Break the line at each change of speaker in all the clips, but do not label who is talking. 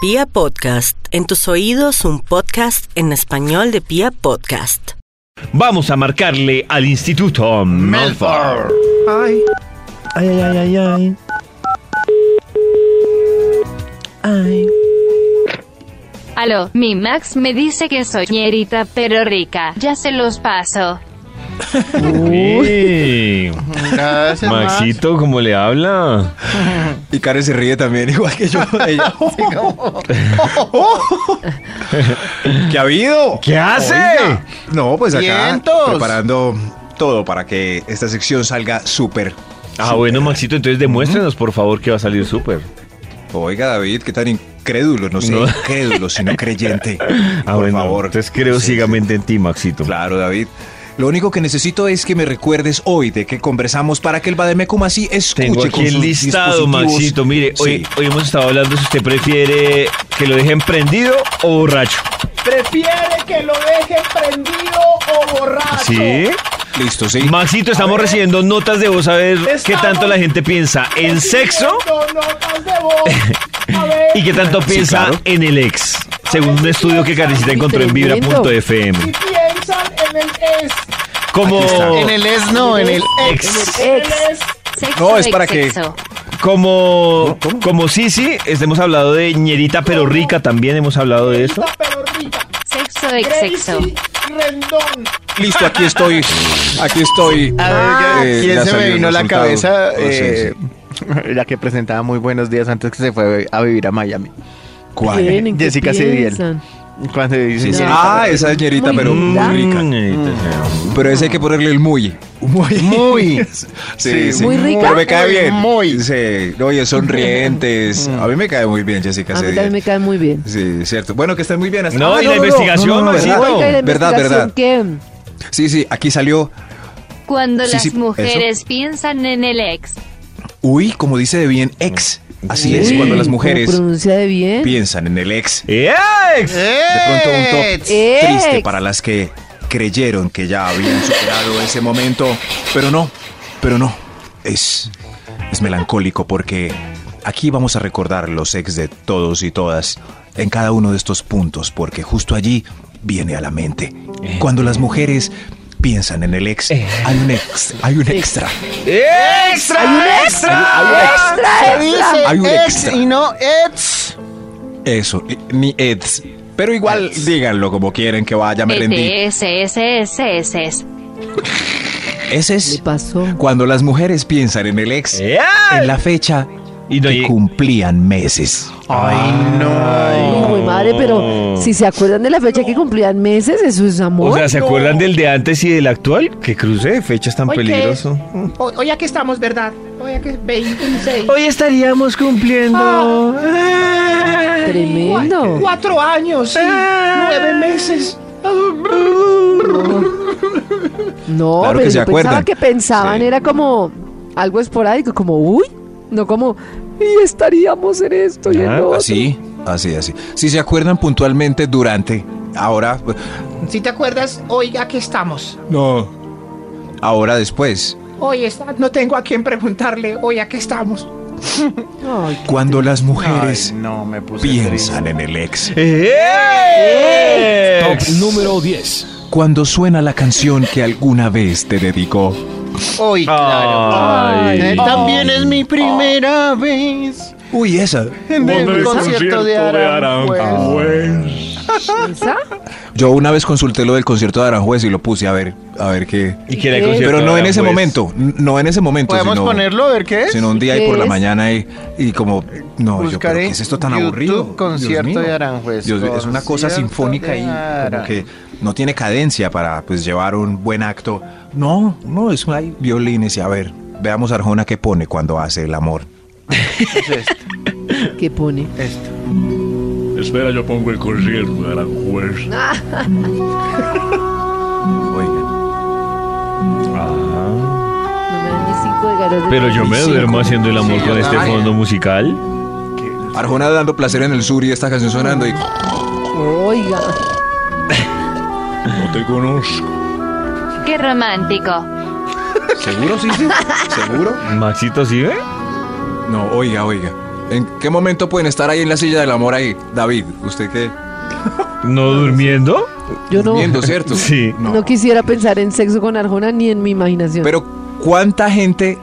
Pia Podcast, en tus oídos un podcast en español de Pia Podcast.
Vamos a marcarle al Instituto Melford.
Ay. Ay, ay, ay, ay, ay. Ay.
Aló, mi Max me dice que soy ñerita pero rica. Ya se los paso.
Uy.
Gracias, Max.
Maxito, ¿cómo le habla?
Y Karen se ríe también, igual que yo. Ella, así como, ¿Qué ha habido?
¿Qué hace?
Oiga. No, pues acá
Vientos.
preparando todo para que esta sección salga súper.
Ah, bueno, Maxito, entonces demuéstrenos, por favor, que va a salir súper.
Oiga, David, qué tan incrédulo, no sé,
No.
incrédulo, sino creyente.
Ah,
Por
bueno,
favor.
entonces creo
Sí,
ciegamente en ti, Maxito.
Claro, David. Lo único que necesito es que me recuerdes hoy de que conversamos para que el Bademecum así escuche
Tengo
con
aquí el
sus
listado,
dispositivos.
Maxito. Mire, hoy,
Sí.
hoy hemos estado hablando si usted prefiere que lo dejen prendido o borracho.
Prefiere que lo deje prendido o borracho.
¿Sí?
Listo, sí.
Maxito, estamos recibiendo notas de voz a ver qué
Estamos
tanto la gente piensa en sexo
Recibiendo notas de voz. A ver,
y qué tanto piensa
claro.
en el ex. Según un estudio que Karencita encontró en vibra.fm.
si piensan en el es.
Como,
En el es no, en el ex.
En el es.
Sexo
No, es
ex
para que-
sexo.
como,
¿Cómo? ¿Cómo?
como Sisi, es- hemos hablado de ñerita pero rica, también hemos hablado de eso.
Rita, pero rica.
Sexo ex sexo.
Gracie Rendón.
Listo, aquí estoy. Aquí estoy.
A ver,
Eh,
¿a Ah, quién
ya
se me
salió el
vino a la
resultado.
cabeza?
Oh, sí,
Eh,
sí.
La que presentaba muy buenos días antes que se fue a vivir a Miami.
¿Cuál?
¿En qué
Jessica Cediel.
piensan?
Cuando dicen
sí.
"Ñerita,
Ah,
pero
esa es ñerita, pero
Mm,
muy rica.
ñerita, sí.
Pero ese hay que ponerle el muy. Muy.
Muy.
Sí, sí.
Muy rica.
Pero me cae bien.
Muy. Mm.
Sí. Oye, sonrientes. A mí me cae muy bien, Jessica.
A mí
Cedier.
también me cae muy bien.
Sí, cierto. Bueno, que estén muy bien. hasta-
No, y la investigación, Maxito.
¿verdad?
Oiga, ¿y la
Verdad,
investigación
verdad.
qué?
Sí, sí, aquí salió.
Cuando
Sí,
las
sí, eso.
mujeres piensan en el ex.
Uy, como dice de bien, ex. Así es,
Uy,
cuando las
¿cómo
mujeres
Mm, pronuncia de bien?
piensan en el ex.
¡Ex!
¿Eh?
De pronto un top
Ex.
triste
Ex.
para las que creyeron que ya habían superado ese momento, pero no, pero no. Es es melancólico porque aquí vamos a recordar los ex de todos y todas en cada uno de estos puntos porque justo allí viene a la mente. Cuando las mujeres piensan en el ex, hay un ex, hay un extra.
Extra, extra, extra, extra.
Hay un
ex
extra.
y no ex.
Eso, ni ex, pero igual díganlo como quieren que vaya, me
E
rendí.
ETSSSS.
Ese
¿Qué
es
pasó?
cuando las mujeres piensan en el ex. en la fecha
Eh. Y no
que
hay-
cumplían meses.
Ay, no.
Uy, madre, pero si se acuerdan de la fecha que cumplían meses, eso es amor.
O sea, ¿se acuerdan del de antes y del actual? Que cruce de fechas tan peligroso.
Hoy, hoy aquí estamos, ¿verdad? Hoy aquí es 26.
Hoy estaríamos cumpliendo.
Ah.
Tremendo.
Cuatro años y
Ah.
nueve meses.
No,
Claro
pero
que se
yo
acuerdan.
pensaba que pensaban
Sí.
era como algo esporádico, como uy, no como y estaríamos en esto y en
Ah,
lo otro.
Así, así, así. Si se acuerdan puntualmente durante, ahora,
Si te acuerdas, hoy aquí estamos.
no, ahora después.
Hoy está, no tengo a quién preguntarle, hoy aquí estamos.
Ay, qué
Cuando las mujeres
Ay, no, me puse
piensan en el ex.
¡Ex!
número 10. Cuando suena la canción que alguna vez te dedicó.
triste. Hoy, claro.
Ay.
Eh, También es mi primera vez
Uy, esa.
en el concierto de Aranjuez.
tristeza.
Yo una vez consulté lo del concierto de Aranjuez y lo puse a ver, a ver qué.
Y que era el
¿Qué?
concierto pues.
Pero no
de
en ese
Aranjuez.
momento, n- no en ese momento.
¿Podemos
sino-
ponerlo a ver qué es?
Sino un día
¿Qué
y por la
es?
mañana y, y como, no, yo creo
Buscaré
que es esto tan
YouTube
aburrido. Dios
concierto
mío.
de Aranjuez.
Dios mío, es una cosa
Concierto
sinfónica
de
y como
Aranjuez.
que no tiene cadencia para pues llevar un buen acto. No, no, es hay violines y a ver, veamos Arjona qué pone cuando hace el amor.
Es esto,
¿Qué pone?
esto.
Espera, yo pongo el concierto de Aranjuez.
Oigan,
No me dan ni cinco de ganas de
Pero yo me duermo haciendo el amor con este
ay.
fondo musical.
Arjona dando placer en el sur y esta canción sonando y
Oiga,
No te conozco.
Qué romántico.
¿seguro sí? sí? ¿Seguro?
Maxito, ¿sí ve?
No, oiga, oiga. ¿En qué momento pueden estar ahí en la silla del amor ahí? David, ¿usted qué?
¿No durmiendo?
Yo no,
Viendo, ¿cierto?
Sí.
No.
no quisiera pensar en sexo con Arjona ni en mi imaginación.
Pero ¿cuánta gente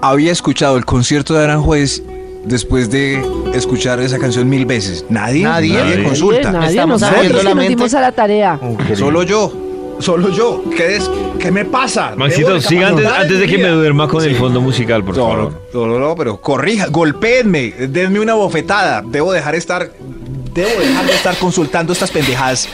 había escuchado el concierto de Aranjuez después de escuchar esa canción mil veces? Nadie.
Nadie. Nadie,
consulta.
Nadie,
Estamos abriendo
nosotros
la
que nos
mente.
dimos a la tarea.
Solo yo.
Solo yo. ¿Qué, es? ¿Qué me pasa? Debo
Maxito, siga antes,
capacitar
antes de
mi
que me
vida.
duerma con el fondo musical, por
No,
favor.
no, no, no, pero corrija, golpéenme, denme una bofetada. Debo dejar estar, debo dejar de estar consultando estas pendejadas.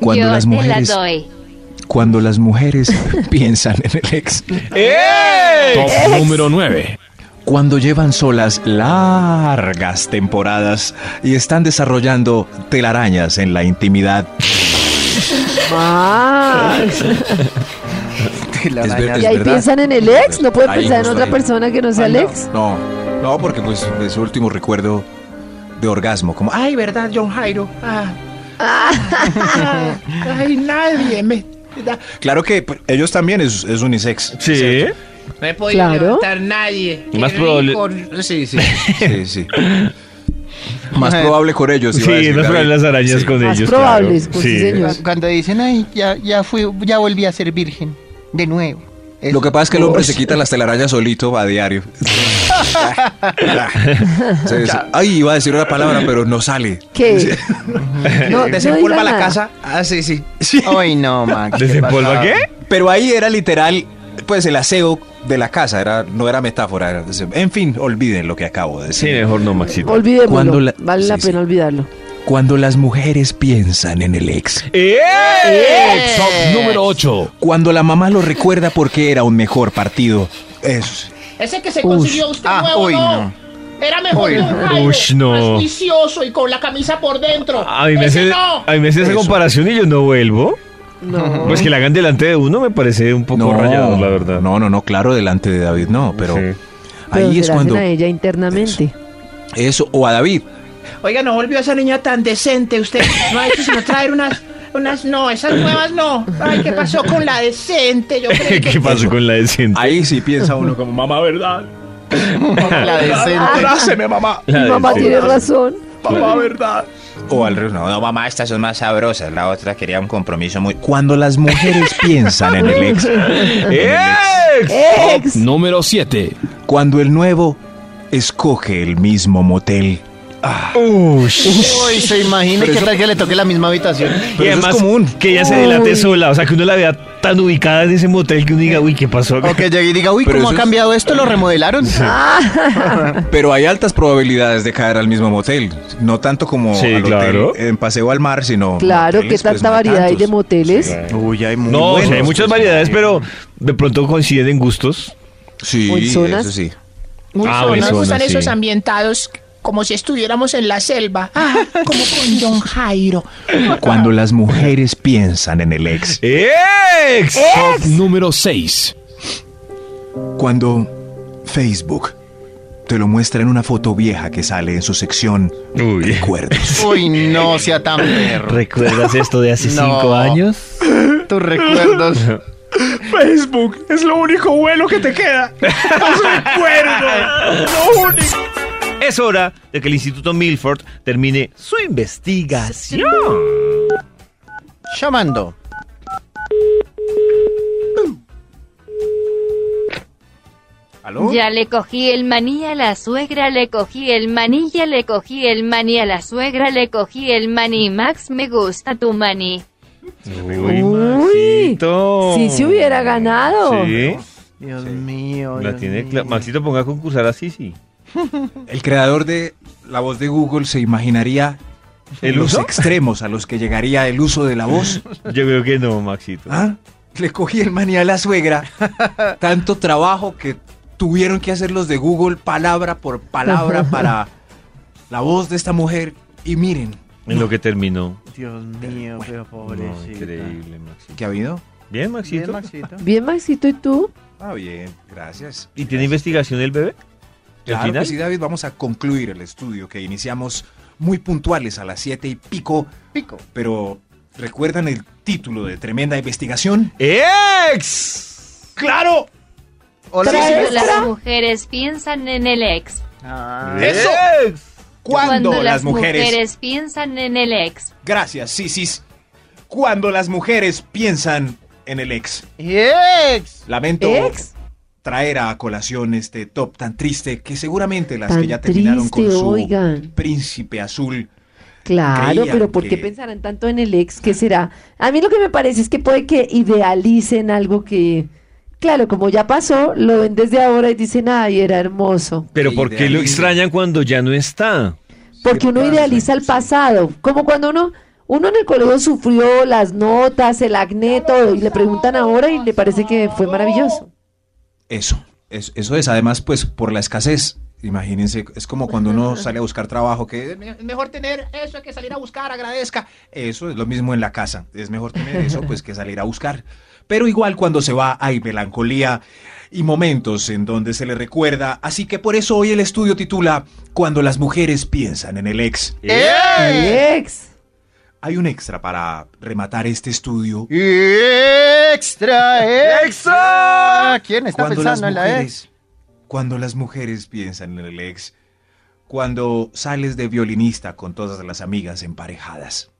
Cuando
Yo
las
te
mujeres,
la doy.
cuando las mujeres piensan en el ex,
Top número 9.
cuando llevan solas largas temporadas y están desarrollando telarañas en la intimidad.
Max.
Es ver- es
Y ahí
verdad.
piensan en el ex, no pueden
Ahí,
pensar en
justo
otra
ahí.
persona que no sea el ex.
No, no, porque pues es su último recuerdo de orgasmo, como ah, ay,
Ay, ¿verdad, John Jairo? Ah. Ah. Ay, nadie me... da-
claro que pues, ellos también es, es unisex.
Sí.
No he podido
Claro.
levantar nadie. Qué
Más probable-
rico. Sí, sí.
Sí, sí. Más probable con ellos. iba a
Sí,
decir
no
David.
fueron las arañas
Sí.
con
Más
ellos.
probables,
claro.
pues sí, señor.
Cu- Cuando dicen, ay, ya, ya, fui, ya volví a ser virgen. De nuevo. Eso.
Lo que pasa es que el hombre se quita las telarañas solito a diario. Sí, sí. Ay, iba a decir una palabra, pero no sale.
¿Qué?
No,
No,
desempolva
diga
la
nada.
casa. Ah, sí, sí.
Ay, no, Max. ¿qué
¿Desempolva
pasaba?
qué?
Pero ahí era literal, pues el aseo de la casa, era, no era metáfora. era- en fin, olviden lo que acabo de
Sí,
decir.
mejor no, Maxito.
Olvidémoslo.
Cuando la-
Vale la
sí, sí.
pena olvidarlo.
Cuando las mujeres piensan en el ex.
¡Eh!
Top número 8.
Cuando la mamá lo recuerda porque era un mejor partido. Eso.
Ese que se
Ush.
consiguió usted
Ah,
nuevo,
uy,
no.
no.
Era mejor
Uy,
que un
no.
Jaime,
Ush, no.
más juicioso y con la camisa por dentro.
A mí me
Ese
hace,
no.
a mí me hace esa
Eso.
comparación y yo no vuelvo.
No.
Pues que la hagan delante de uno me parece un poco rayado, la verdad.
No, no, no, claro, delante de David, no, pero
Sí.
Pero
ahí
se
es
la hacen
cuando
a ella internamente.
eso o a David.
Oiga, no volvió esa niña tan decente. Usted no ha hecho sino traer unas, unas, no, esas nuevas no. Ay, ¿qué pasó con la decente? Yo creo que
¿Qué pasó con la decente?
Ahí sí piensa uno.
Uno como mamá, ¿verdad?
La decente.
Abrázame, mamá.
La
Mi mamá
decente.
tiene razón.
Mamá, ¿verdad?
O al revés, no, no, mamá, estas son más sabrosas. La otra quería un compromiso muy. Cuando las mujeres piensan en el ex.
¡Ex!
¡Ex!
Número 7.
Cuando el nuevo escoge el mismo motel.
Uy, se imagina que tal que le toque la misma habitación.
Pero eso es común.
que ella se delate sola, o sea, que uno la vea tan ubicada en ese motel que uno diga, uy, ¿qué pasó? acá?"
O que llegue y diga, uy,
Pero
¿cómo
eso
ha
es-
cambiado esto? ¿Lo remodelaron? Ah.
Pero hay altas probabilidades de caer al mismo motel. No tanto como
Sí,
al hotel
claro.
en paseo al mar, sino.
Claro, qué
moteles, pues,
tanta
no
variedad hay de
tantos.
moteles.
Uy, hay muy
No, o sea, hay
buenos,
muchas
pues,
variedades, pero de pronto coinciden en gustos.
¿O en
Sí,
zonas?
eso sí.
Muy
Ah,
solos,
Arizona,
nos gustan
sí.
esos ambientados como si estuviéramos en la selva. Ah, como con John Jairo.
Cuando las mujeres piensan en el ex.
¡Ex!
Top número 6.
Cuando Facebook te lo muestra en una foto vieja que sale en su sección
Uy.
Recuerdos.
Uy, no sea tan perro.
¿Recuerdas esto de hace
No.
cinco años?
Tus recuerdos.
Facebook es lo único bueno que te queda.
Es hora de que el Instituto Milford termine su investigación.
Llamando.
Ya le cogí el maní a la suegra, le cogí el maní, ya le cogí el maní a la suegra, le cogí el maní. Max, me gusta tu maní.
Uy,
Uy,
Maxito.
Si se hubiera ganado.
Sí,
Dios mío.
la
Dios
tiene
mío.
cla- Maxito, ponga a concursar así, sí.
El creador de la voz de Google se imaginaría
¿El
los
uso?
extremos a los que llegaría el uso de la voz.
Yo creo que no, Maxito.
¿Ah? Le cogí el manía a la suegra. Tanto trabajo que tuvieron que hacer los de Google palabra por palabra para la voz de esta mujer. Y miren,
En lo que terminó.
Dios mío, pero
No,
pobrecita.
increíble, Maxito.
¿qué ha habido?
Bien, Maxito.
Bien, Maxito.
Bien, Maxito, ¿y tú?
Ah, bien, gracias.
¿Y tiene investigación el bebé? ¿El
Claro
final?
que sí, David, vamos a concluir el estudio que iniciamos muy puntuales a las 7 y pico,
Pico.
pero ¿recuerdan el título de tremenda investigación?
¡Ex!
Hola,
Cuando
Silvestre.
las mujeres piensan en el ex.
Ah.
¡Eso!
Cuando, las mujeres...
piensan en el ex.
Gracias, sí, sí. Cuando las mujeres piensan en el ex.
¡Ex!
Lamento
¿Ex?
traer a colación este top tan triste que seguramente las
Tan
que ya terminaron con
triste,
su
oigan.
príncipe azul.
Claro,
Creían
pero ¿por
que-
qué pensarán tanto en el ex? ¿Qué será? A mí lo que me parece es que puede que idealicen algo que, claro, como ya pasó, lo ven desde ahora y dicen, ay, era hermoso.
Pero
Qué
¿por qué lo
idealismo.
extrañan cuando ya no está?
Porque uno
pasa,
idealiza el
sí.
pasado, como cuando uno, uno en el colegio sufrió las notas, el acné, todo, y le preguntan ahora y le parece que fue maravilloso.
Eso, es- eso es. Además, pues por la escasez, imagínense, es como cuando uno sale a buscar trabajo, que es me- es mejor tener eso que salir a buscar, agradezca. Eso es lo mismo en la casa, es mejor tener eso pues que salir a buscar. Pero igual cuando se va hay melancolía y momentos en donde se le recuerda. Así que por eso hoy el estudio titula Cuando las mujeres piensan en el ex.
El
¡Ex!
ex.
Hay un extra para rematar este estudio.
¡Extra! ¡Extra! ¿Quién está
cuando las
pensando en la ex?
mujeres, cuando las mujeres piensan en el ex, cuando sales de violinista con todas las amigas emparejadas.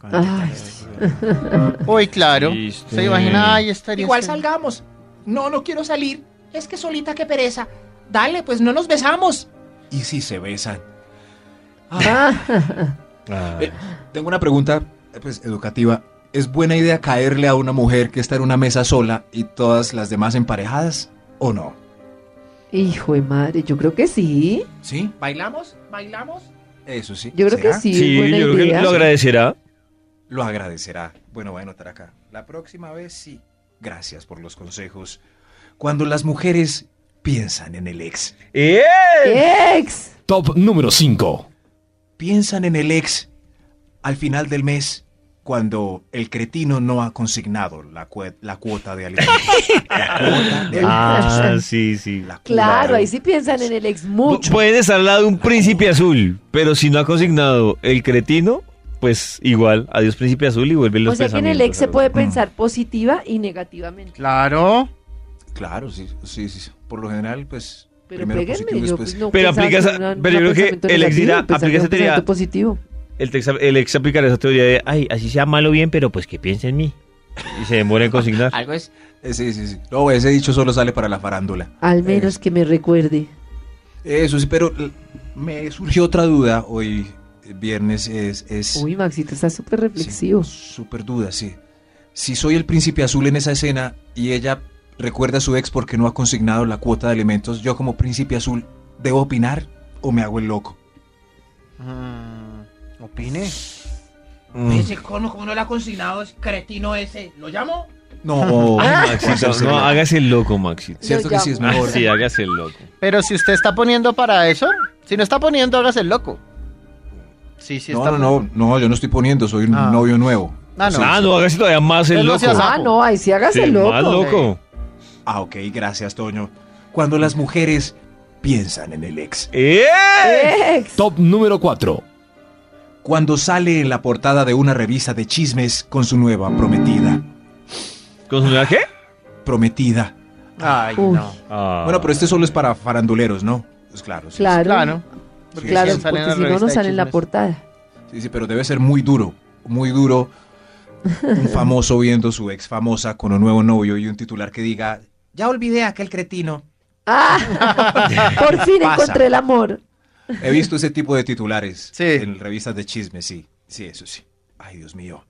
Cuando te
Ay.
traes-
Hoy, claro. Se imagina, ay, estaría.
Igual
este-
salgamos. No, no quiero salir. Es que solita que pereza. Dale, pues no nos besamos.
Y si se besan.
Ah,
Eh, tengo una pregunta, eh, pues, educativa. ¿Es buena idea caerle a una mujer que está en una mesa sola y todas las demás emparejadas o no?
hijo de madre, yo creo que sí.
¿Sí?
¿Bailamos? ¿Bailamos?
Eso sí.
Yo creo que
¿Será?
sí, es
Sí,
buena
yo creo que
idea.
lo agradecerá.
Lo agradecerá. Bueno, voy a anotar acá. La próxima vez sí. Gracias por los consejos. Cuando las mujeres piensan en el ex,
¡Eh!
Ex.
Top número 5.
piensan en el ex al final del mes, cuando el cretino no ha consignado la, cue- la cuota de alimentos. La cuota de
Ah,
alimentos.
sí, sí.
La cuota
Claro,
de-
ahí sí piensan en el ex mucho.
Pueden estar al lado de un príncipe azul, pero si no ha consignado el cretino, pues igual, adiós príncipe azul y vuelve los
O sea que en el ex se
pensamientos,
puede
¿verdad?
pensar positiva y negativamente.
Claro.
Claro, sí, sí, sí. Por lo general, pues.
Pero
primero
péguenme,
positivo y
yo,
después-
pues, no
Pero
pensaba
aplica
que
esa-
era un
pero yo creo que
pensamiento
el ex dirá,
negativo, pensaba
aplica
que era
esa
un pensamiento
teoría.
positivo.
El, tex- el ex aplicará esa teoría de, ay, así sea malo bien, pero pues que piense en mí. Y se demora en consignar.
Algo es.
Eh, Sí, sí, sí. No, ese dicho solo sale para la farándula.
Eh.
Al menos que me recuerde.
Eso sí, pero eh, me surgió otra duda hoy, eh, viernes, es... es
Uy, Maxito, está súper
sí,
reflexivo.
Súper duda, sí. Si soy el príncipe azul en esa escena y ella recuerda a su ex porque no ha consignado la cuota de alimentos, yo como príncipe azul, ¿debo opinar o me hago el loco?
Mm, Opine.
Ese cono, como no lo ha consignado, es cretino ese. ¿Lo llamo?
No,
Ay, Maxito, no, hágase el loco, Maxito.
Cierto que sí es
Ah,
mejor.
sí, hágase el loco.
Pero si usted está poniendo para eso, si no está poniendo, hágase el loco. Sí, sí
No,
está
no, no, no, yo no estoy poniendo, soy un
Ah.
novio nuevo.
Ah, no.
Ah, no, hágase todavía más el
Él no
loco.
se hace-
Ah, no, ahí sí
Sí,
hágase
Más
loco.
loco.
Ah, ok, gracias, Toño. Cuando las mujeres piensan en el ex.
¡Eh!
Ex.
Top número 4.
Cuando sale en la portada de una revista de chismes con su nueva prometida.
¿Con su qué?
Prometida.
Ay,
Uy,
no.
Ah.
Bueno, pero este solo es para faranduleros, ¿no? Pues claro, sí.
claro,
Claro.
Porque
claro,
sí sale en
porque
la
si no,
revista
no
de
sale en la
chismes.
portada.
Sí, sí, pero debe ser muy duro, muy duro. Un famoso viendo su ex famosa con un nuevo novio y un titular que diga, ya olvidé a aquel cretino.
¡Ah! Por fin
Pasa.
encontré el amor.
He visto ese tipo de titulares
Sí.
en revistas de chisme, sí, sí, eso sí. Ay, Dios mío.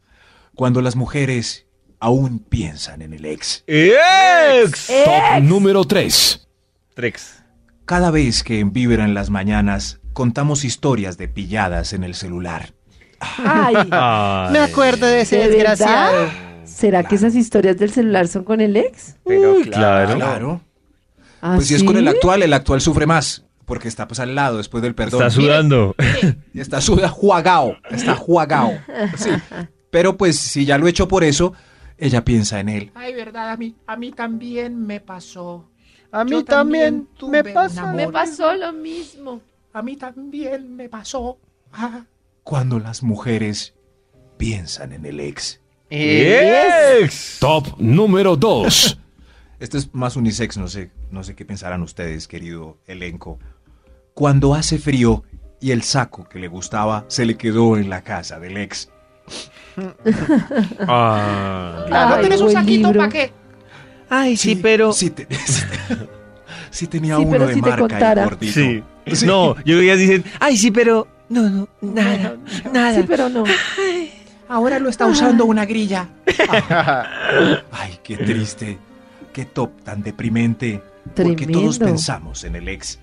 Cuando las mujeres aún piensan en el ex.
¡Ex!
Top número 3.
Trex.
Cada vez que en Vibra en las mañanas contamos historias de pilladas en el celular.
¡Ay!
Ay.
Me acuerdo de ese
¿De
desgraciado.
verdad? ¿Será que esas historias del celular son con el ex?
Uy, claro.
Claro.
¿Ah,
Pues si es con el
sí?
actual, el actual sufre más. Porque está pues al lado después del perdón.
Está sudando.
Está suda juagao, está juagao. Sí. Pero pues si ya lo he hecho por eso, ella piensa en él.
Ay, verdad, a mí, a mí también me pasó.
A mí
Yo
también,
también
me
tuve un
pasa.
amor.
Me
Me
pa-
pasó lo mismo.
A mí también me pasó. Ah.
Cuando las mujeres piensan en el ex.
Eh,
¡Ex!
Top número 2.
Este es más unisex, no sé, no sé qué pensarán ustedes, querido elenco. cuando hace frío y el saco que le gustaba se le quedó en la casa del ex.
Ah.
Claro,
Ay,
tienes un
buen
saquito
libro.
para qué.
Ay, sí, pero.
Sí, te- sí tenía
Sí, pero
uno de
si te
marca
contara.
el gordito.
Sí. No, yo creo que ellas dicen, ay, sí, pero. No, no, nada,
Sí,
nada. Ah.
pero no.
Ahora lo está usando una grilla.
Ay, qué triste. Qué top tan deprimente. Porque
Tremendo.
todos pensamos en el ex.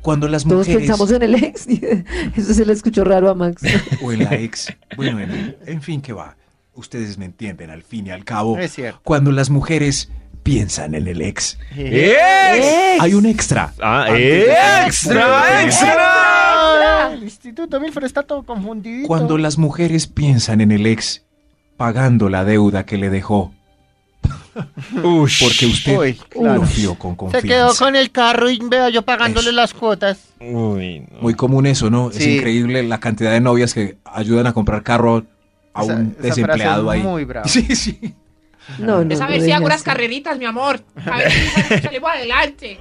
Cuando las
Todos
mujeres
pensamos en el ex. Eso se le escuchó raro a Max.
o en la ex, bueno, en, en fin, que va. Ustedes me entienden al fin y al cabo.
Es cierto.
Cuando las mujeres piensan en el ex.
¡Ex!
Hay un extra.
Ah,
Antes de
extra,
tener
extra, extra.
¡Extra! Eh, El Instituto Milford está todo confundidito.
Cuando las mujeres piensan en el ex, pagando la deuda que le dejó.
Ush.
Porque usted
Uy, claro.
lo vio con
Se quedó
confianza.
con el carro y vea yo pagándole
Eso.
las cuotas.
Uy, no.
Muy común eso, ¿no? Es
Sí.
increíble la cantidad de novias que ayudan a comprar carro a
Esa-
un
esa
desempleado
frase
ahí.
es Muy bravo.
Sí, sí.
No, no.
Es a ver
no
si hago
digas
unas
eso.
carreritas, mi amor. A ver si salimos adelante.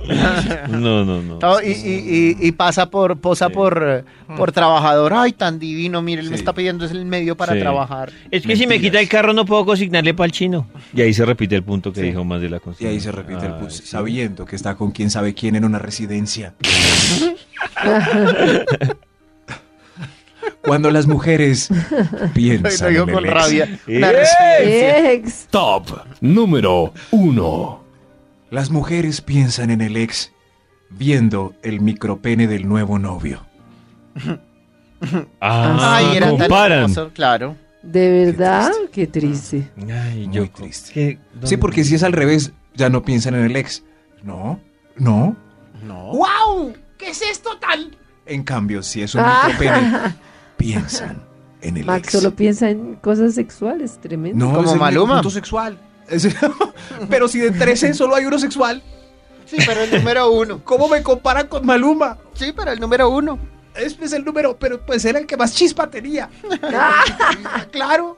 No, no, no.
Todo- y, y- y- y pasa por, posa
Sí.
por, eh, por trabajador. Ay, tan divino, mire, él me
Sí.
está pidiendo es el medio para
Sí.
trabajar.
Es que si me quita el carro no puedo consignarle para el chino. Y ahí se repite el punto que
Sí.
dijo más de la
Y
consigna.
ahí se repite el
Ay,
pus,
sí.
sabiendo que está con quién sabe quién en una residencia. Cuando las mujeres
Ay, Lo
piensan
digo
en
con
el ex.
rabia. Una
¡Eh!
resistencia.
Ex.
Top número 1.
Las mujeres piensan en el ex viendo el micropene del nuevo novio.
Ah,
Ay, era tan
comparan.
hermoso, claro.
De verdad, qué triste.
Ay,
Muy
yo
triste.
¿qué?
Sí,
¿Dónde?
porque si es al revés, ya no piensan en el ex. No, no.
¡Wow! ¿Qué es esto tan...?
En cambio, si es un
Ah.
micropene, piensan en el
Max
Mm. ex.
solo piensa en cosas sexuales, tremendo.
No,
Como
es el
Maluma.
punto sexual. Es- Pero si de 13 solo hay uno sexual,
Sí, pero el número uno.
¿cómo me comparan con Maluma?
Sí, pero el número uno.
Este es el número, pero
Ah,
pues era el que más chispa tenía. claro.